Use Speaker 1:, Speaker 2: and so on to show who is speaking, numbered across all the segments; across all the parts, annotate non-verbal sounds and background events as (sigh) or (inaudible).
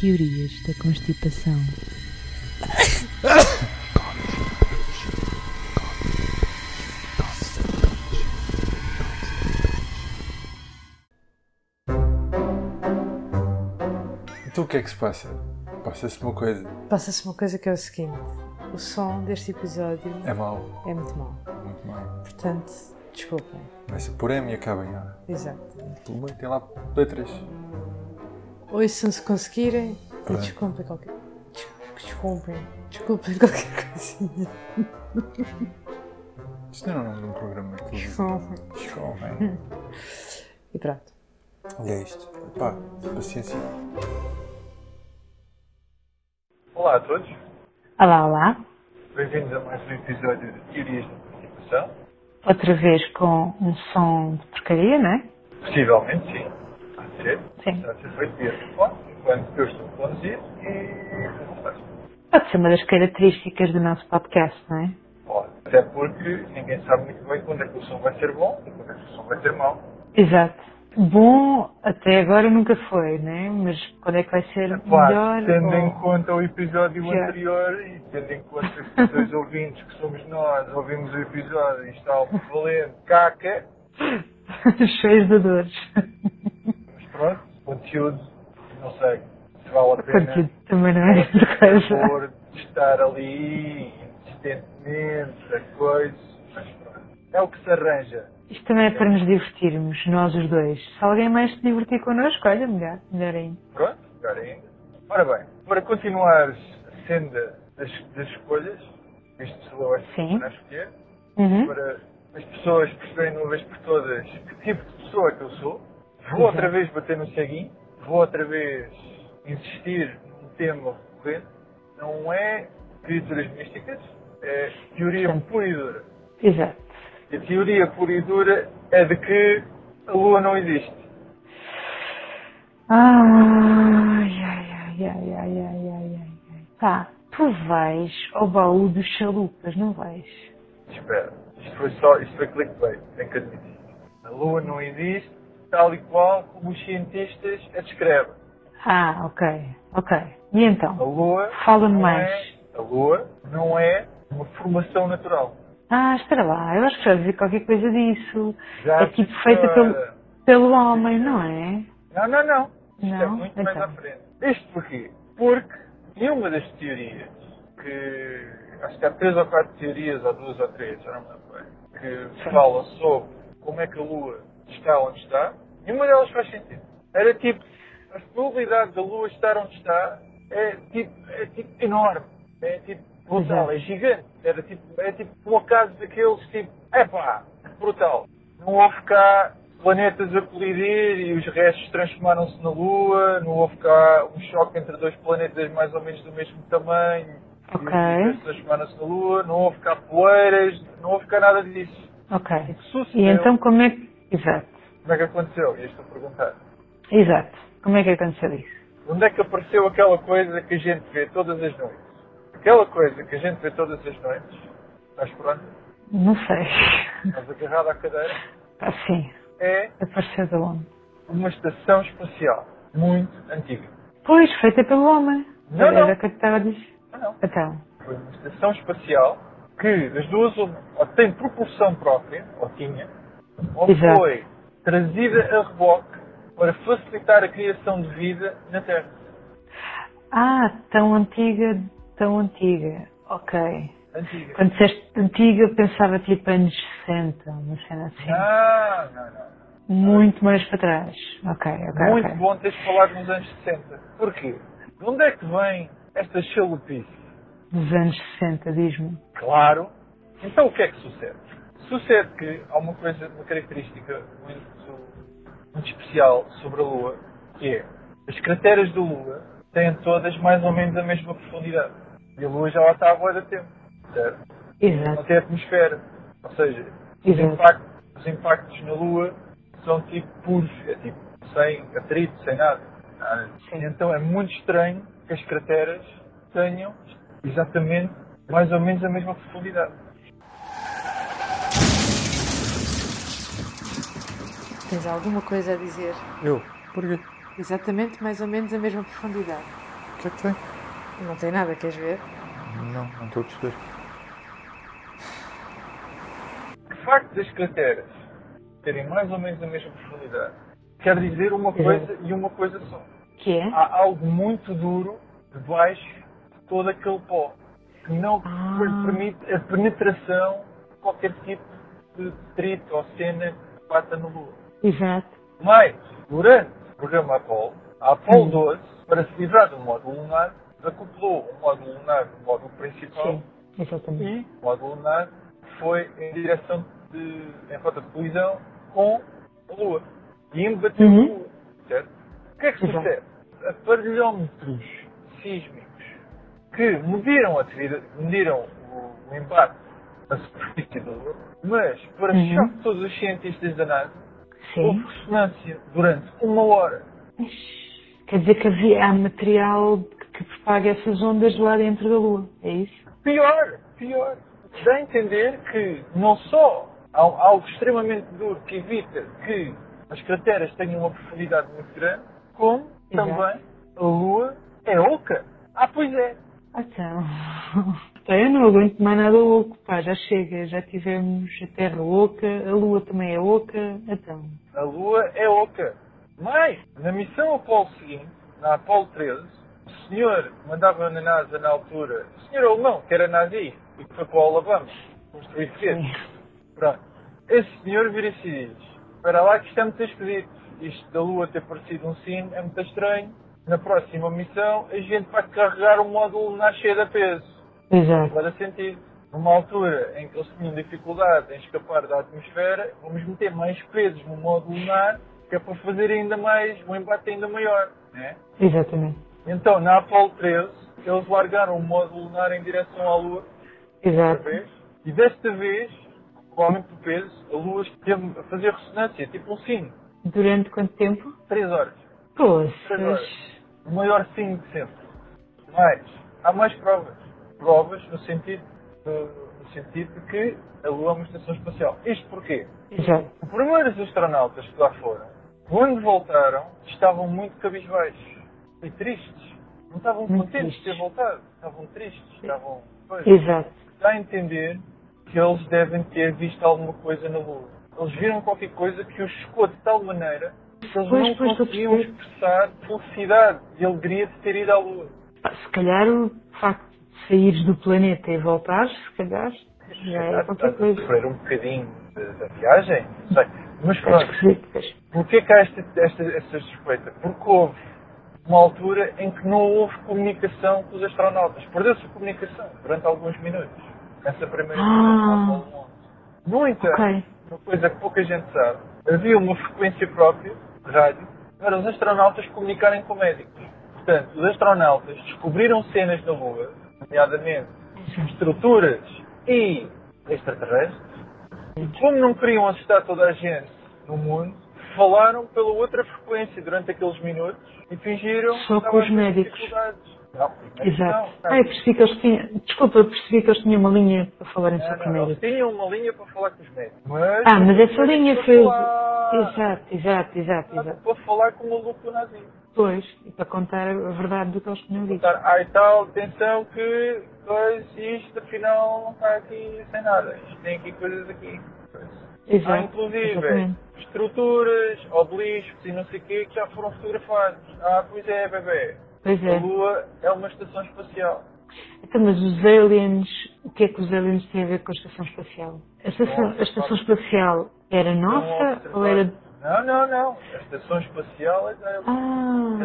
Speaker 1: teorias da constipação.
Speaker 2: Então o que é que se passa? Passa-se uma coisa.
Speaker 3: Passa-se uma coisa que é o seguinte: o som deste episódio
Speaker 2: É mau.
Speaker 3: é muito mau.
Speaker 2: Muito mau.
Speaker 3: Portanto, desculpem.
Speaker 2: Começa por M e acaba em A.
Speaker 3: Exato.
Speaker 2: Pelo meio tem lá letras.
Speaker 3: Ouçam se conseguirem e
Speaker 2: Bem.
Speaker 3: desculpem qualquer. des- Desculpem. Desculpem qualquer coisinha.
Speaker 2: Isto não é o nome de um programa de televisão.
Speaker 3: Desculpem.
Speaker 2: Jovem.
Speaker 3: E pronto.
Speaker 2: Olha é? isto. Pá, paciência.
Speaker 4: Olá a todos,
Speaker 1: Olá, olá.
Speaker 4: bem-vindos a mais um episódio de Teorias da Participação.
Speaker 1: Outra vez com um som de porcaria, não é?
Speaker 4: Possivelmente, sim, há de ser.
Speaker 1: Sim.
Speaker 4: Há de ser feito via telefone, enquanto eu estou a conduzir e converso.
Speaker 1: Pode ser uma das características do nosso podcast, não é?
Speaker 4: Pode. Até porque ninguém sabe muito bem quando é que o som vai ser bom e quando é que o som vai ser mau.
Speaker 1: Exato. Bom, até agora nunca foi, não é? Mas quando é que vai ser melhor?
Speaker 4: tendo em
Speaker 1: ou-
Speaker 4: conta o episódio
Speaker 1: Pior.
Speaker 4: anterior e tendo em conta que dois ouvintes que somos nós ouvimos o episódio e está o valente caca,
Speaker 1: (laughs) Cheios de dores.
Speaker 4: mas pronto, conteúdo, não sei se vale a pena.
Speaker 1: Conteúdo também não é
Speaker 4: (laughs)
Speaker 1: grande coisa.
Speaker 4: por estar ali insistentemente, a coisa. mas pronto. É o que se arranja.
Speaker 1: Isto também é para nos divertirmos, nós os dois. Se alguém mais se divertir connosco, olha, melhor, melhor ainda.
Speaker 4: Pronto, melhor ainda. Ora bem, para continuar a senda das, das escolhas, isto sou eu esta
Speaker 1: Sim.
Speaker 4: semana a escolher,
Speaker 1: Uhum.
Speaker 4: para as pessoas perceberem de uma vez por todas que tipo de pessoa que eu sou, vou outra vez bater no ceguinho, vou outra vez insistir num tema recorrente, não é criaturas místicas, é teoria pura e dura.
Speaker 1: Exato.
Speaker 4: A teoria pura e dura é de que a Lua não existe.
Speaker 1: Ai, ai, ai, ai, ai, ai, ai, ai, ai. Pá, tu vais ao baú dos chalupas, não vais?
Speaker 4: Espera, isto foi só, isto foi clickbait, tem que admitir. A Lua não existe tal e qual como os cientistas a descrevem.
Speaker 1: Ah, ok, ok. E
Speaker 4: A
Speaker 1: então?
Speaker 4: Lua
Speaker 1: Fala-me
Speaker 4: não
Speaker 1: mais.
Speaker 4: é, a Lua não é uma formação natural.
Speaker 1: Ah, espera lá, eu acho que já ouvi qualquer coisa disso.
Speaker 4: Já
Speaker 1: é tipo feita pelo,
Speaker 4: senhora.
Speaker 1: pelo homem, não é?
Speaker 4: Não, não, não. Isto é
Speaker 1: Não?
Speaker 4: muito mais
Speaker 1: Então.
Speaker 4: à frente. Isto porquê? Porque nenhuma das teorias que acho que há três ou quatro teorias, ou duas ou três, já não me lembro bem, que falam sobre como é que a Lua está onde está, nenhuma delas faz sentido. Era tipo, a probabilidade da Lua estar onde está é tipo, é tipo enorme. É tipo brutal, é gigante. Era tipo, é tipo um acaso daqueles tipo, epá, brutal. Não houve cá planetas a colidir e os restos transformaram-se na Lua, não houve cá um choque entre dois planetas mais ou menos do mesmo tamanho
Speaker 1: Ok.
Speaker 4: e os restos transformaram-se na Lua, não houve cá poeiras, não houve cá nada disso.
Speaker 1: Ok.
Speaker 4: O que sucedeu?
Speaker 1: E então como é que. Exato,
Speaker 4: Como é que aconteceu? E eu estou a perguntar.
Speaker 1: exato. Como é que aconteceu isso?
Speaker 4: Onde é que apareceu aquela coisa que a gente vê todas as noites? Aquela coisa que a gente vê todas as noites, estás pronto?
Speaker 1: Não
Speaker 4: (laughs)
Speaker 1: sei.
Speaker 4: Estás agarrado à cadeira,
Speaker 1: Assim,
Speaker 4: é
Speaker 1: apareceu de onde?
Speaker 4: uma estação espacial muito antiga.
Speaker 1: Pois, feita pelo homem.
Speaker 4: Não,
Speaker 1: Era
Speaker 4: não.
Speaker 1: o que eu estava a dizer.
Speaker 4: Ah, não.
Speaker 1: Então,
Speaker 4: Foi uma estação espacial que as duas ou ou tem propulsão própria, ou tinha, ou
Speaker 1: Exato.
Speaker 4: foi trazida a reboque para facilitar a criação de vida na Terra.
Speaker 1: ah, tão antiga, tão antiga. Ok.
Speaker 4: Antiga.
Speaker 1: Quando disseste antiga, eu pensava tipo anos 60, uma cena assim.
Speaker 4: Ah, não, não.
Speaker 1: Muito mais para trás. Ok, ok.
Speaker 4: Muito
Speaker 1: Ah, ok.
Speaker 4: bom teres falado nos anos 60. Porquê? De onde é que vem esta chalupice?
Speaker 1: Dos anos 60, diz-me.
Speaker 4: Claro. Então o que é que sucede? Sucede que há uma coisa, uma característica muito, muito especial sobre a Lua, que é as crateras da Lua têm todas mais ou menos a mesma profundidade. E a Lua já lá está há boa da tempo. Certo? Não
Speaker 1: Exato.
Speaker 4: tem atmosfera. Ou seja, os
Speaker 1: Exato.
Speaker 4: impactos, os impactos na Lua são tipo puros, é tipo sem atrito, sem nada. Ah,
Speaker 1: Sim.
Speaker 4: Então é muito estranho que as crateras tenham exatamente mais ou menos a mesma profundidade.
Speaker 3: Tens alguma coisa a dizer?
Speaker 2: Eu. Porquê?
Speaker 3: Exatamente mais ou menos a mesma profundidade.
Speaker 5: que é que tem?
Speaker 3: Não tem nada, queres ver?
Speaker 5: Não, não estou a perceber.
Speaker 4: O facto das crateras terem mais ou menos a mesma profundidade quer dizer uma coisa e uma coisa só.
Speaker 1: Que é?
Speaker 4: Há algo muito duro debaixo de todo aquele pó que não per- permite a penetração de qualquer tipo de trito ou cena que bata no lua.
Speaker 1: Exato.
Speaker 4: Mas, durante o programa Apollo, a Apollo 12, para se livrar do módulo lunar, acoplou o módulo lunar do módulo principal
Speaker 1: Sim. Exatamente.
Speaker 4: e o módulo lunar foi em direção de, em rota de colisão com a Lua. E embateu
Speaker 1: Uhum. Então.
Speaker 4: a Lua, certo? O que é que
Speaker 1: Exato.
Speaker 4: sucede? Aparelhómetros sísmicos que mediram, a atividade- mediram o, o embate na superfície da Lua, mas, para
Speaker 1: Uhum.
Speaker 4: choque de todos os cientistas da NASA, Houve
Speaker 1: Sim.
Speaker 4: ressonância durante uma hora.
Speaker 1: Quer dizer que havia há material que propaga essas ondas lá dentro da Lua. É isso?
Speaker 4: Pior, pior. Dá a entender que não só há algo extremamente duro que evita que as crateras tenham uma profundidade muito grande, como
Speaker 1: Exato.
Speaker 4: também a Lua é oca. Ah, pois é.
Speaker 1: Ah, Então. (laughs) Então, Eu não aguento mais nada oco, pá, já chega, já tivemos a Terra oca, a Lua também é oca, então.
Speaker 4: A Lua é oca. Mas, na missão Apolo seguinte, na Apolo 13, o senhor mandava na NASA na altura, o senhor alemão, que era nazi, e que foi para o Alabama, construir cedo. Pronto. Esse senhor vira-se e diz: Espera lá que isto é muito esquisito. Isto da Lua ter parecido um sino é muito estranho. Na próxima missão, a gente vai carregar um módulo na cheia de peso.
Speaker 1: Exato.
Speaker 4: Para sentido. Numa altura em que eles tinham dificuldade em escapar da atmosfera, vamos meter mais pesos no módulo lunar, que é para fazer ainda mais, um embate ainda maior. Né?
Speaker 1: Exatamente.
Speaker 4: Então, na Apollo 13, eles largaram o módulo lunar em direção à Lua, outra
Speaker 1: Exato.
Speaker 4: vez. E desta vez, provavelmente o peso, a lua esteve a fazer ressonância, tipo um sino.
Speaker 1: Durante quanto tempo?
Speaker 4: 3 horas. Três
Speaker 1: Poças.
Speaker 4: horas. O maior sino de sempre. Mas, há mais provas. Provas no sentido, no, no sentido de que a lua é uma estação espacial. Isto porquê?
Speaker 1: Exato.
Speaker 4: Os primeiros astronautas que lá foram, quando voltaram, estavam muito cabisbaixos e tristes. Não estavam
Speaker 1: Muito
Speaker 4: contentes de ter
Speaker 1: tristes.
Speaker 4: voltado. Estavam tristes. Estavam... Pois
Speaker 1: Exato.
Speaker 4: dá a entender que eles devem ter visto alguma coisa na Lua. Eles viram qualquer coisa que os chocou de tal maneira que
Speaker 1: Pois,
Speaker 4: eles não
Speaker 1: pois, estou a
Speaker 4: conseguiam
Speaker 1: perceber.
Speaker 4: expressar felicidade e alegria de ter ido à Lua.
Speaker 1: Pá, Se calhar o facto de saíres do planeta e voltares, se calhar, já é qualquer
Speaker 4: a
Speaker 1: coisa.
Speaker 4: sofrer um bocadinho da, da viagem, não sei. Mas
Speaker 1: Estás
Speaker 4: pronto,
Speaker 1: percebido, pois.
Speaker 4: porquê que há esta, esta, esta suspeita? Porque houve uma altura em que não houve comunicação com os astronautas. Perdeu-se a comunicação durante alguns minutos. Nessa primeira
Speaker 1: Ah.
Speaker 4: missão Apollo 11. No entanto,
Speaker 1: Ok.
Speaker 4: Uma coisa que pouca gente sabe. Havia uma frequência própria, de rádio, para os astronautas comunicarem com médicos. Portanto, os astronautas descobriram cenas na Lua, nomeadamente estruturas e extraterrestres, e como não queriam assustar toda a gente no mundo, falaram pela outra frequência durante aqueles minutos e fingiram
Speaker 1: Só
Speaker 4: que
Speaker 1: com os
Speaker 4: estavam a ter
Speaker 1: médicos.
Speaker 4: dificuldades. Não, os médicos
Speaker 1: Exato.
Speaker 4: não,
Speaker 1: Ah, eu percebi que eles tinham. Desculpa, eu percebi que eles tinham uma linha para falarem só com
Speaker 4: não, não, eles
Speaker 1: médicos.
Speaker 4: tinham uma linha para falar com os médicos. Mas
Speaker 1: Ah, mas essa linha foi.
Speaker 4: Falar.
Speaker 1: Exato, exato, exato,
Speaker 4: Nada
Speaker 1: exato.
Speaker 4: para falar com o maluco nazi.
Speaker 1: Pois, e para contar a verdade do que eles tinham dito.
Speaker 4: Contar, ai "Ah, tal, atenção que pois, isto afinal não está aqui sem nada. Isto tem aqui coisas aqui. Há
Speaker 1: Exato.
Speaker 4: inclusive
Speaker 1: exatamente.
Speaker 4: estruturas, obeliscos e não sei o quê que já foram fotografados. Ah, pois é, bebê.
Speaker 1: Pois
Speaker 4: A
Speaker 1: é.
Speaker 4: Lua é uma estação espacial.
Speaker 1: Então, mas os aliens, o que é que os aliens têm a ver com a estação espacial? A estação,
Speaker 4: Nossa,
Speaker 1: a estação
Speaker 4: claro.
Speaker 1: espacial era nossa
Speaker 4: Não
Speaker 1: ou era.
Speaker 4: observar- Não, não, não. A estação espacial é dela.
Speaker 1: Ah,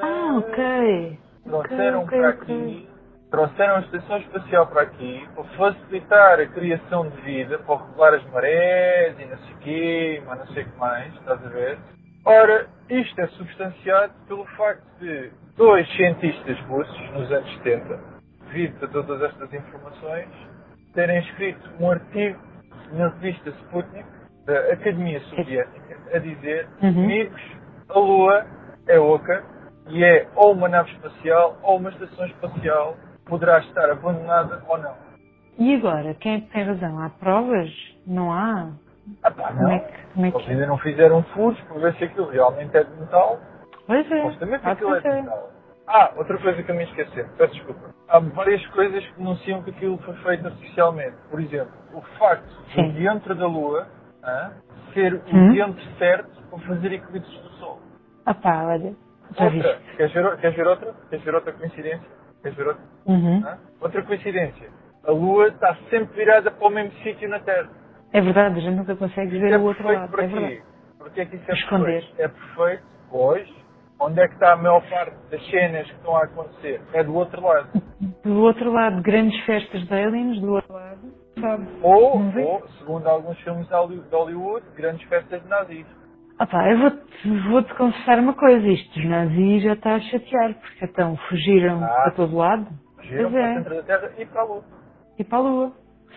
Speaker 1: ah, ok.
Speaker 4: trouxeram
Speaker 1: Ok, ok,
Speaker 4: é
Speaker 1: ok.
Speaker 4: para aqui, trouxeram a estação espacial para aqui para facilitar a criação de vida, para regular as marés e não sei o quê, mas não sei o que mais, estás a ver? Ora, isto é substanciado pelo facto de dois cientistas russos, nos anos 70, devido a todas estas informações, terem escrito um artigo na revista Sputnik, da Academia Soviética, a dizer,
Speaker 1: Uhum.
Speaker 4: amigos, a Lua é oca e é ou uma nave espacial ou uma estação espacial, poderá estar abandonada ou não.
Speaker 1: E agora, quem é que tem razão? Há provas? Não há?
Speaker 4: Ah pá,
Speaker 1: Como é
Speaker 4: não.
Speaker 1: que. Como é
Speaker 4: Eles
Speaker 1: que...
Speaker 4: ainda não fizeram furos para ver se aquilo realmente é de metal.
Speaker 1: Pois é.
Speaker 4: Supostamente
Speaker 1: Ah,
Speaker 4: aquilo é
Speaker 1: pois
Speaker 4: de metal. Ah, outra coisa que eu me esqueci, peço desculpa. Há várias coisas que denunciam que aquilo foi feito artificialmente. Por exemplo, o facto do
Speaker 1: Sim.
Speaker 4: diâmetro da Lua hã, ser o
Speaker 1: Hum?
Speaker 4: diâmetro certo para fazer eclipses do Sol.
Speaker 1: Ah pá, olha. Já
Speaker 4: Outra,
Speaker 1: viste?
Speaker 4: queres ver, o- queres ver outra? Queres ver outra coincidência? Queres ver outra?
Speaker 1: Uhum.
Speaker 4: Hã? Outra coincidência. A Lua está sempre virada para o mesmo sítio na Terra.
Speaker 1: É verdade, a gente nunca consegue ver
Speaker 4: é
Speaker 1: o outro
Speaker 4: perfeito
Speaker 1: lado.
Speaker 4: Por
Speaker 1: É
Speaker 4: aqui.
Speaker 1: verdade.
Speaker 4: Porque é que isso é
Speaker 1: Esconder.
Speaker 4: perfeito? É perfeito hoje. Onde é que está a maior parte das cenas que estão a acontecer? É do outro lado.
Speaker 1: Do outro lado, grandes festas de aliens, do outro lado, sabe? (laughs)
Speaker 4: Ou,
Speaker 1: Não vê?
Speaker 4: ou, segundo alguns filmes de Holly- de Hollywood, grandes festas de nazis.
Speaker 1: Ah pá, eu vou-te vou-te confessar uma coisa, isto dos nazis já está a chatear, porque então fugiram
Speaker 4: Ah.
Speaker 1: para todo lado
Speaker 4: Giram
Speaker 1: Pois
Speaker 4: para
Speaker 1: é.
Speaker 4: o centro da Terra e para a Lua.
Speaker 1: e para a Lua.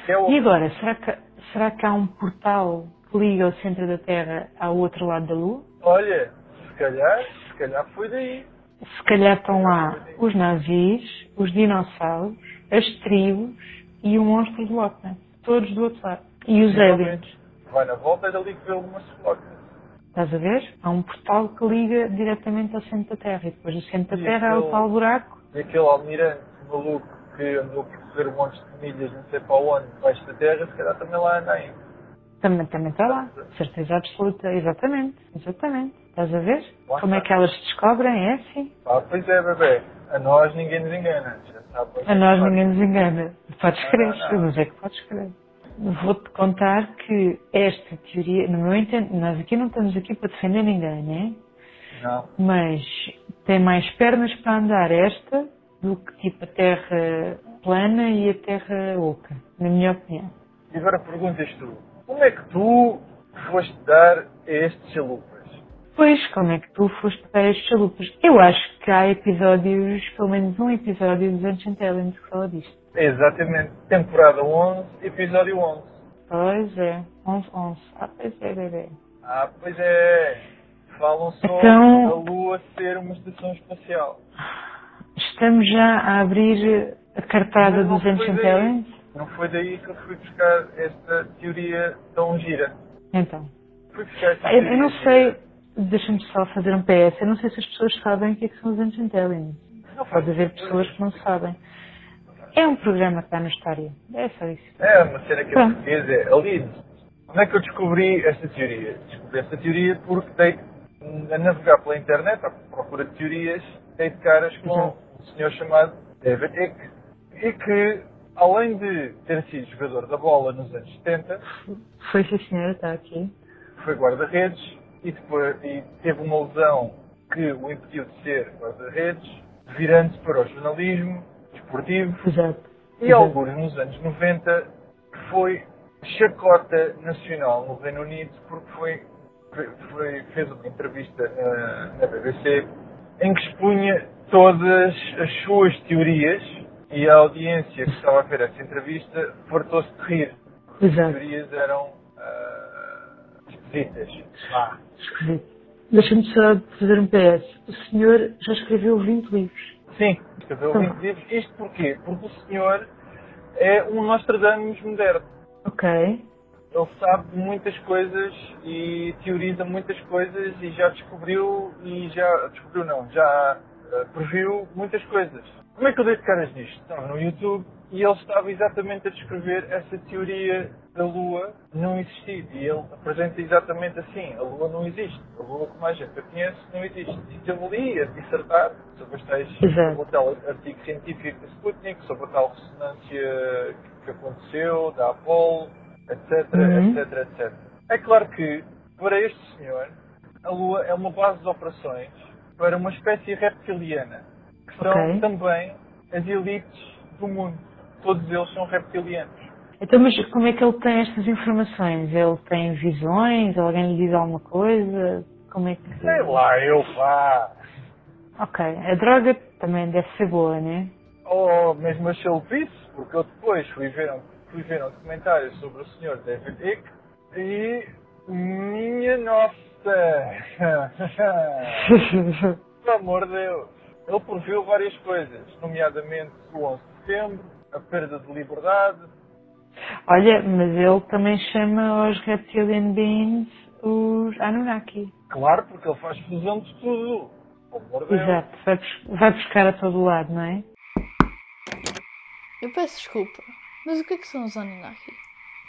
Speaker 4: Que é o...
Speaker 1: E agora, será que, será que há um portal que liga o centro da Terra ao outro lado da Lua?
Speaker 4: Olha, se calhar, se calhar foi daí.
Speaker 1: Se calhar estão lá os nazis, os dinossauros, as tribos e o monstro de Loch Ness. Todos do outro lado. E os aliens.
Speaker 4: Vai na volta, é dali que vê algumas flocas.
Speaker 1: Estás a ver? Há um portal que liga diretamente ao centro da Terra. E depois do centro da
Speaker 4: E
Speaker 1: Terra há o
Speaker 4: aquele-
Speaker 1: tal buraco.
Speaker 4: E aquele almirante maluco que andou a perceber um monte de milhas, não sei para onde, debaixo da Terra, se calhar também lá anda ainda.
Speaker 1: Também, também está lá. Certeza absoluta. Exatamente. Exatamente. Estás a ver?
Speaker 4: Lá
Speaker 1: Como é
Speaker 4: está.
Speaker 1: que elas descobrem? É assim.
Speaker 4: Ah, pois é, bebê. A nós ninguém nos engana. Já sabe
Speaker 1: A nós ninguém nos engana. Podes
Speaker 4: Não,
Speaker 1: crer,
Speaker 4: não, não.
Speaker 1: mas é que podes crer. Vou-te contar que esta teoria, no meu entendimento, nós aqui não estamos aqui para defender ninguém, né?
Speaker 4: Não.
Speaker 1: Mas tem mais pernas para andar esta do que tipo a terra plana e a terra oca, na minha opinião.
Speaker 4: E agora perguntas tu. Como é que tu foste dar a estes chalupas?
Speaker 1: Pois, como é que tu foste para as chalupas? Eu acho que há episódios, pelo menos um episódio dos Ancient Aliens que fala disto.
Speaker 4: É exatamente. Temporada 11, episódio 11.
Speaker 1: Pois é, 11, 11. Ah, pois é, bebê.
Speaker 4: Ah, pois é. Falam sobre
Speaker 1: Então-
Speaker 4: a Lua ser uma estação espacial.
Speaker 1: Estamos já a abrir a cartada
Speaker 4: Mas não
Speaker 1: dos
Speaker 4: foi
Speaker 1: Ancient
Speaker 4: daí.
Speaker 1: Aliens?
Speaker 4: Não foi daí que eu fui buscar esta teoria tão gira.
Speaker 1: Então.
Speaker 4: Fui buscar esta
Speaker 1: Eu,
Speaker 4: teoria
Speaker 1: eu não
Speaker 4: gira.
Speaker 1: sei, deixa-me só fazer um PS, eu não sei se as pessoas sabem o que é que são os Ancient Aliens.
Speaker 4: Não faz
Speaker 1: Pode haver pessoas que não sabem. É um programa que está no história. É só isso.
Speaker 4: É, uma cena que eu
Speaker 1: Pronto.
Speaker 4: português é. Ali, onde é que eu descobri esta teoria? Descobri esta teoria porque dei um, a navegar pela internet à procura de teorias, dei de caras com
Speaker 1: Exato.
Speaker 4: um senhor chamado David Icke. E que, além de ter sido jogador da bola nos anos 70,
Speaker 1: Foi sim senhora, está aqui.
Speaker 4: foi guarda-redes e, depois, e teve uma lesão que o impediu de ser guarda-redes, virando-se para o jornalismo esportivo
Speaker 1: Exato.
Speaker 4: e alguns nos anos 90 foi chacota nacional no Reino Unido porque foi, foi- fez uma entrevista na, na BBC em que expunha todas as suas teorias e a audiência que estava a ver essa entrevista fartou-se de rir. As
Speaker 1: Exato.
Speaker 4: teorias eram ah, esquisitas. Vá.
Speaker 1: Esquisito. Deixa-me só fazer um PS. O senhor já escreveu 20 livros.
Speaker 4: Sim, escreveu 20 livros. Isto porquê? Porque o senhor é um Nostradamus moderno.
Speaker 1: Ok.
Speaker 4: ele sabe muitas coisas e teoriza muitas coisas e já descobriu e já descobriu não, já eh, previu muitas coisas. Como é que eu dei de caras nisto? Estava no YouTube e ele estava exatamente a descrever essa teoria da Lua não existir. E ele apresenta exatamente assim, a Lua não existe. A Lua como a gente a conhece não existe. E teve ali a dissertar sobre os tais-
Speaker 1: Exato.
Speaker 4: sobre o tal artigo científico da Sputnik, sobre a tal ressonância que aconteceu, da Apollo, etc
Speaker 1: Uhum.
Speaker 4: etc, etc. É claro que, para este senhor, a Lua é uma base de operações para uma espécie reptiliana, que são
Speaker 1: Ok.
Speaker 4: também as elites do mundo. Todos eles são reptilianos.
Speaker 1: Então, mas como é que ele tem estas informações? Ele tem visões? Alguém lhe diz alguma coisa? Como é que.
Speaker 4: Sei lá, eu vá.
Speaker 1: Ok. A droga também deve ser boa, né?
Speaker 4: Ou mesmo achei o vice, porque eu depois fui ver, um, fui ver um documentário sobre o senhor David Icke e. Minha (laughs) nossa! Pelo amor de Deus. Ele previu várias coisas, nomeadamente o 11 de setembro, a perda de liberdade.
Speaker 1: (laughs) Olha, mas ele também chama os reptilian beings os Anunnaki.
Speaker 4: Claro, porque ele faz fusão de tudo. pelo amor de Deus.
Speaker 1: Exato, vai, bus- vai buscar a todo lado, não é?
Speaker 6: Eu peço desculpa, mas o que é que são os Anunnaki?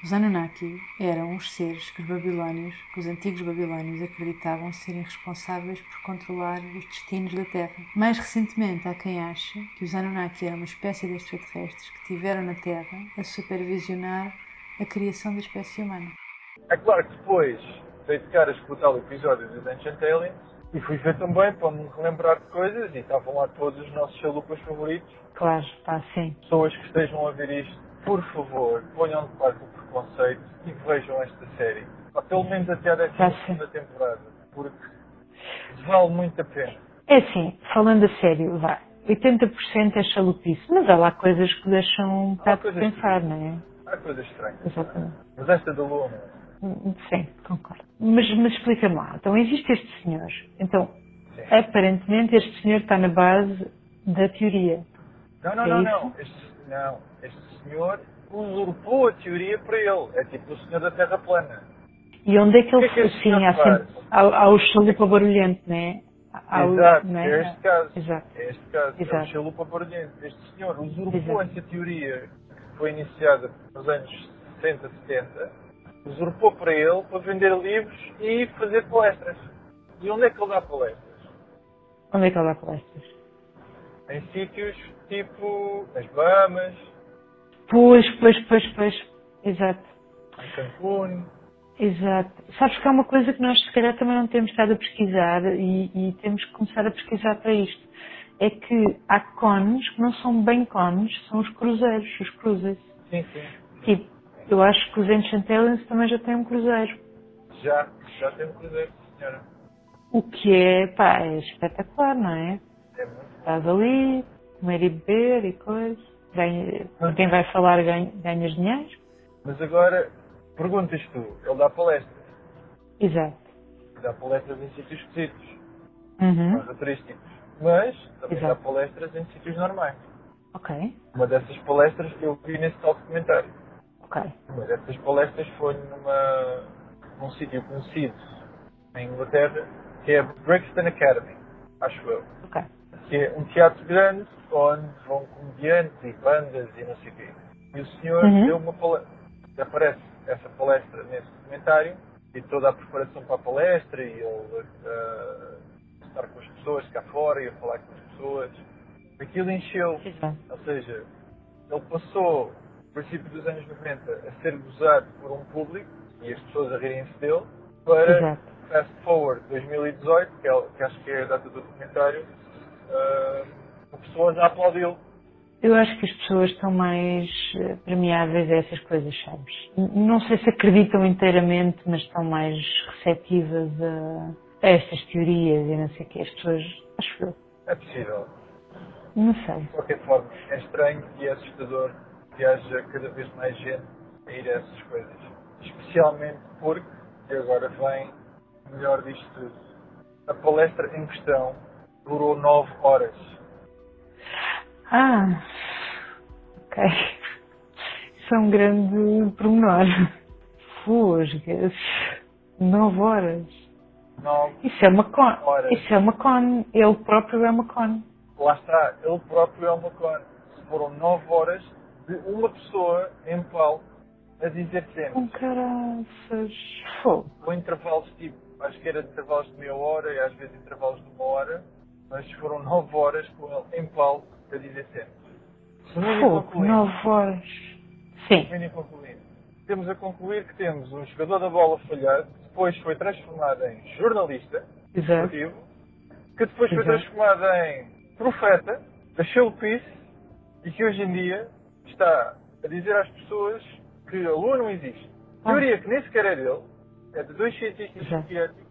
Speaker 3: Os Anunnaki eram os um seres que os babilónios, que os antigos babilónios acreditavam serem responsáveis por controlar os destinos da Terra. Mais recentemente, há quem ache que os Anunnaki eram uma espécie de extraterrestres que tiveram na Terra a supervisionar a criação da espécie humana.
Speaker 4: É claro que depois dei de caras com o tal episódio dos Ancient Aliens e fui ver também para me relembrar de coisas e estavam lá todos os nossos chalupas favoritos.
Speaker 1: Claro, pá, sim.
Speaker 4: Pessoas que estejam a ver isto, por favor, ponham de parte o preconceito e vejam esta série. Ou pelo menos até a
Speaker 1: Tá
Speaker 4: décima
Speaker 1: sim.
Speaker 4: segunda temporada, porque vale muito a pena.
Speaker 1: É assim, falando a sério, vá. 80% é chalupice, mas há lá coisas que deixam um bocado de
Speaker 4: coisas que-
Speaker 1: pensar, não é?
Speaker 4: Há coisas estranhas.
Speaker 1: Exatamente.
Speaker 4: Mas esta da Lua, não.
Speaker 1: Hum, Sim, concordo. Mas, mas explica-me lá. Então, existe este senhor. Então,
Speaker 4: Sim.
Speaker 1: aparentemente, este senhor está na base da teoria.
Speaker 4: Não, não,
Speaker 1: É
Speaker 4: não,
Speaker 1: isso?
Speaker 4: não. Este, não. Este senhor usurpou a teoria para ele. É tipo o senhor da Terra plana.
Speaker 1: E onde é que
Speaker 4: O
Speaker 1: ele
Speaker 4: que
Speaker 1: assim?
Speaker 4: é que este
Speaker 1: sim,
Speaker 4: senhor
Speaker 1: há sempre.
Speaker 4: faz?
Speaker 1: Há, há o chalupa barulhento, não é? Há o-
Speaker 4: Exato,
Speaker 1: não
Speaker 4: é este caso.
Speaker 1: Exato.
Speaker 4: É este caso. É o
Speaker 1: Exato.
Speaker 4: Chalupa Barulhento. Este senhor usurpou
Speaker 1: Exato.
Speaker 4: essa teoria que foi iniciada nos anos 60, 70, usurpou para ele para vender livros e fazer palestras. E onde é que ele dá palestras?
Speaker 1: Onde é que ele dá palestras?
Speaker 4: Em sítios tipo as Bahamas,
Speaker 1: Pois, pois, pois, pois. Exato.
Speaker 4: em Cancún.
Speaker 1: Exato. Sabes que há uma coisa que nós se calhar também não temos estado a pesquisar e, e temos que começar a pesquisar para isto. É que há cones que não são bem cones, são os cruzeiros, os cruzes.
Speaker 4: Sim, sim.
Speaker 1: Tipo, eu acho que os Ancient Aliens também já têm um cruzeiro.
Speaker 4: Já, já tem um cruzeiro, senhora.
Speaker 1: O que é, pá, é espetacular, não é?
Speaker 4: É muito.
Speaker 1: Estás ali, comer e beber e coisa. Ganha, quem vai falar ganha, ganha dinheiro.
Speaker 4: Mas agora, perguntas tu, ele dá palestras.
Speaker 1: Exato.
Speaker 4: Dá palestras em sítios esquisitos.
Speaker 1: Uhum.
Speaker 4: mais turísticos. Mas também
Speaker 1: Exato.
Speaker 4: dá palestras em sítios normais.
Speaker 1: Ok,
Speaker 4: Uma dessas palestras que eu vi nesse tal documentário.
Speaker 1: ok.
Speaker 4: Uma dessas palestras foi numa, num sítio conhecido em Inglaterra, que é a Brixton Academy, acho eu.
Speaker 1: Ok.
Speaker 4: Que é um teatro grande onde vão comediantes e bandas e não sei o quê. E o senhor
Speaker 1: Uhum.
Speaker 4: deu uma palestra. Aparece essa palestra nesse documentário e toda a preparação para a palestra e ele ah, estar com as pessoas cá fora e a falar com as pessoas. Aquilo encheu
Speaker 1: Exato.
Speaker 4: ou seja, ele passou, no princípio dos anos 90, a ser gozado por um público e as pessoas a rirem-se dele, para
Speaker 1: Exato.
Speaker 4: fast forward 2018, que, é, que acho que é a data do documentário, ah, a pessoa já aplaudiu.
Speaker 1: Eu acho que as pessoas estão mais eh, permeáveis a essas coisas, sabes? N- Não sei se acreditam inteiramente, mas estão mais receptivas a, a estas teorias e não sei o quê. As pessoas, acho eu,
Speaker 4: É possível.
Speaker 1: não sei.
Speaker 4: De qualquer forma, é estranho e é assustador que haja cada vez mais gente a ir a essas coisas. Especialmente porque, e agora vem o melhor disto tudo, a palestra em questão durou 9 horas.
Speaker 1: Ah, ok. Isso é um grande pormenor. Fosgas. Nove horas.
Speaker 4: Não,
Speaker 1: Isso é uma con.
Speaker 4: Horas.
Speaker 1: Isso é uma con. Ele próprio é uma con.
Speaker 4: lá está, ele próprio é uma cona. Foram nove horas de uma pessoa em palco a dizer
Speaker 1: Com
Speaker 4: cenas.
Speaker 1: caraças. Fogo.
Speaker 4: Com intervalos tipo, acho que era de intervalos de meia hora e às vezes intervalos de uma hora, mas foram nove horas com ele em palco a dizer cenas. Segundo e
Speaker 1: Fogo,
Speaker 4: concluindo,
Speaker 1: nove horas. Sim.
Speaker 4: segundo e concluindo, temos a concluir que temos um jogador da bola falhado, que depois foi transformado em jornalista,
Speaker 1: Exato.
Speaker 4: motivo, que depois foi
Speaker 1: Exato.
Speaker 4: transformado em profeta, achou o piso e que hoje em dia está a dizer às pessoas que a Lua não existe.
Speaker 1: Ah.
Speaker 4: Teoria que nem sequer é dele, é de dois cientistas
Speaker 1: Exato.
Speaker 4: soviéticos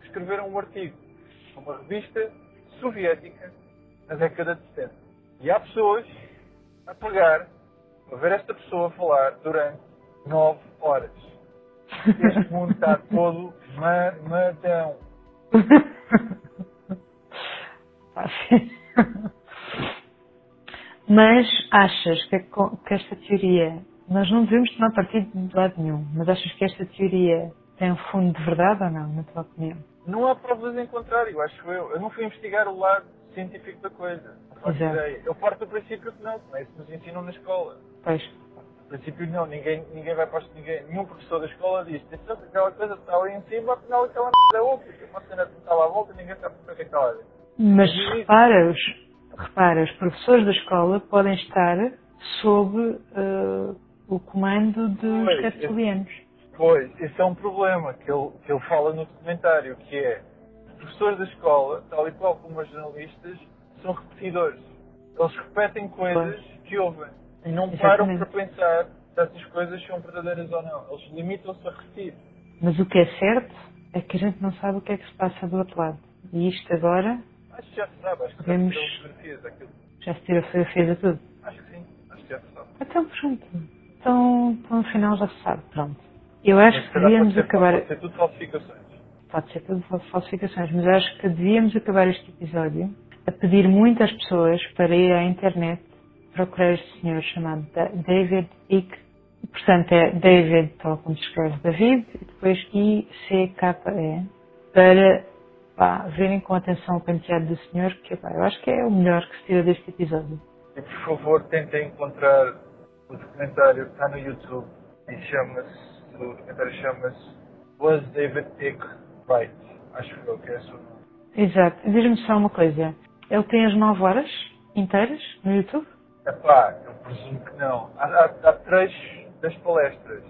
Speaker 4: que escreveram um artigo numa revista soviética na década de 70. E há pessoas a pagar a ver esta pessoa falar durante nove
Speaker 1: (laughs)
Speaker 4: horas. Este mundo está todo mamadão.
Speaker 1: Fácil. Assim. (laughs) Mas achas que, a co- que esta teoria, nós não devemos tomar partido de lado nenhum, mas achas que esta teoria tem um fundo de verdade ou não, na tua opinião?
Speaker 4: Não há provas em contrário, acho eu. Eu não fui investigar o lado científico da coisa. Não faço
Speaker 1: Exato.
Speaker 4: ideia. Eu parto do princípio que não, que não é isso que nos ensinam na escola.
Speaker 1: Pois.
Speaker 4: No princípio não, ninguém, ninguém vai para ninguém, nenhum professor da escola diz, atenção que aquela coisa que está ali em cima, afinal aquela merda é óbvio, uma cena que está lá à volta, ninguém sabe para que é que está lá dentro.
Speaker 1: Mas repara, os, repara, os professores da escola podem estar sob eh, o comando dos
Speaker 4: Pois,
Speaker 1: tertulianos.
Speaker 4: Pois, esse é um problema que ele, que ele fala no documentário, que é os professores da escola, tal e qual como os jornalistas, são repetidores. Eles repetem coisas que ouvem e não param
Speaker 1: Exatamente.
Speaker 4: para pensar se essas coisas são verdadeiras ou não. Eles limitam-se a repetir.
Speaker 1: Mas o que é certo é que a gente não sabe o que é que se passa do outro lado. E isto agora
Speaker 4: Acho que já se sabe, acho que
Speaker 1: Podemos-
Speaker 4: já se tiram fotografias daquilo.
Speaker 1: já se tira fotografias a tudo.
Speaker 4: Acho que sim, acho que já se sabe.
Speaker 1: Então pronto. Então, então no final já se sabe. Pronto. Eu acho que
Speaker 4: será que pode
Speaker 1: devíamos
Speaker 4: ser-
Speaker 1: acabar.
Speaker 4: Pode ser tudo falsificações.
Speaker 1: pode ser tudo fa- falsificações, mas acho que devíamos acabar este episódio a pedir muito às pessoas para ir à internet procurar este senhor chamado Da- David Icke. Portanto, é David, tal como se escreve David, e depois I-C-K-E, para pá, verem com atenção o penteado do senhor, que pá, eu acho que é o melhor que se tira deste episódio.
Speaker 4: E por favor, tentem encontrar o documentário que está no YouTube e chama-se, o documentário chama-se Was David Icke Right? Acho que é o que é o seu nome.
Speaker 1: Exato. Diz-me só uma coisa. Ele tem as 9 horas inteiras no YouTube?
Speaker 4: Epá, eu presumo que não. Há, há, há trechos das palestras.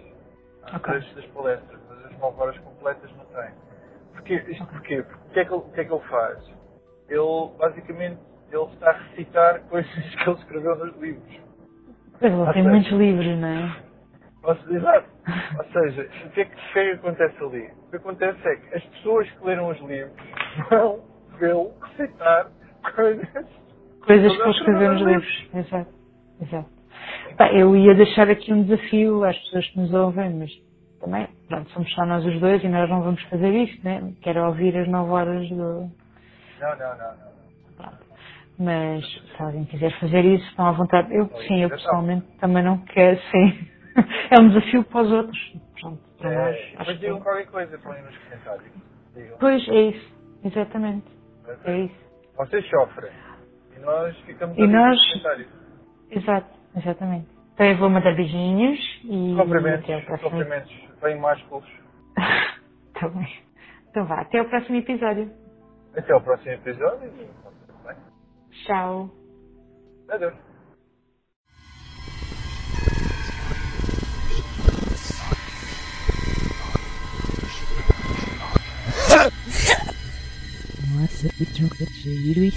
Speaker 4: Há
Speaker 1: Ok.
Speaker 4: trechos das palestras, mas as 9 horas completas não tem. Porquê? Isto porquê? Porque o que, é que ele, o que é que ele faz? Ele, basicamente, ele está a recitar coisas (laughs) que ele escreveu nos livros.
Speaker 1: Pois ele
Speaker 4: Ah,
Speaker 1: tem
Speaker 4: sei.
Speaker 1: muitos livros, não é?
Speaker 4: Ou se- (laughs) Exato. Ou seja, o que é que, o que é que acontece ali? O que acontece é que as pessoas que leram os livros vão vê-lo recitar coisas.
Speaker 1: Coisas
Speaker 4: Todas
Speaker 1: que nós
Speaker 4: as coisas
Speaker 1: escrevemos
Speaker 4: nos
Speaker 1: livros. Exato. Exato. Pá, eu ia deixar aqui um desafio às pessoas que nos ouvem, mas também, pronto, somos só nós os dois e nós não vamos fazer isto, né? Quero ouvir as 9 horas do.
Speaker 4: Não, não, não. não.
Speaker 1: Mas se alguém quiser fazer isso, estão à vontade. Eu,
Speaker 4: Alguém
Speaker 1: sim, eu
Speaker 4: quiser, tá.
Speaker 1: pessoalmente também não quero, sim. (laughs) É um desafio para os outros. Pronto, para nós.
Speaker 4: É,
Speaker 1: acho
Speaker 4: mas
Speaker 1: que-
Speaker 4: digam qualquer coisa, põem nos comentários. Digam.
Speaker 1: Pois, é isso. Exatamente. É isso.
Speaker 4: Vocês sofrem. E nós ficamos
Speaker 1: E
Speaker 4: a ver
Speaker 1: nós-
Speaker 4: nos comentários.
Speaker 1: Exato, exatamente. Então eu vou mandar beijinhos e. até ao
Speaker 4: Cumprimentos,
Speaker 1: próximo
Speaker 4: cumprimentos. Bem másculos.
Speaker 1: (laughs) tá bem. Então vá, até o próximo episódio.
Speaker 4: Até ao próximo episódio. e tudo bem.
Speaker 1: Tchau.
Speaker 4: Adeus.
Speaker 7: Nossa, que troca de giro, hein?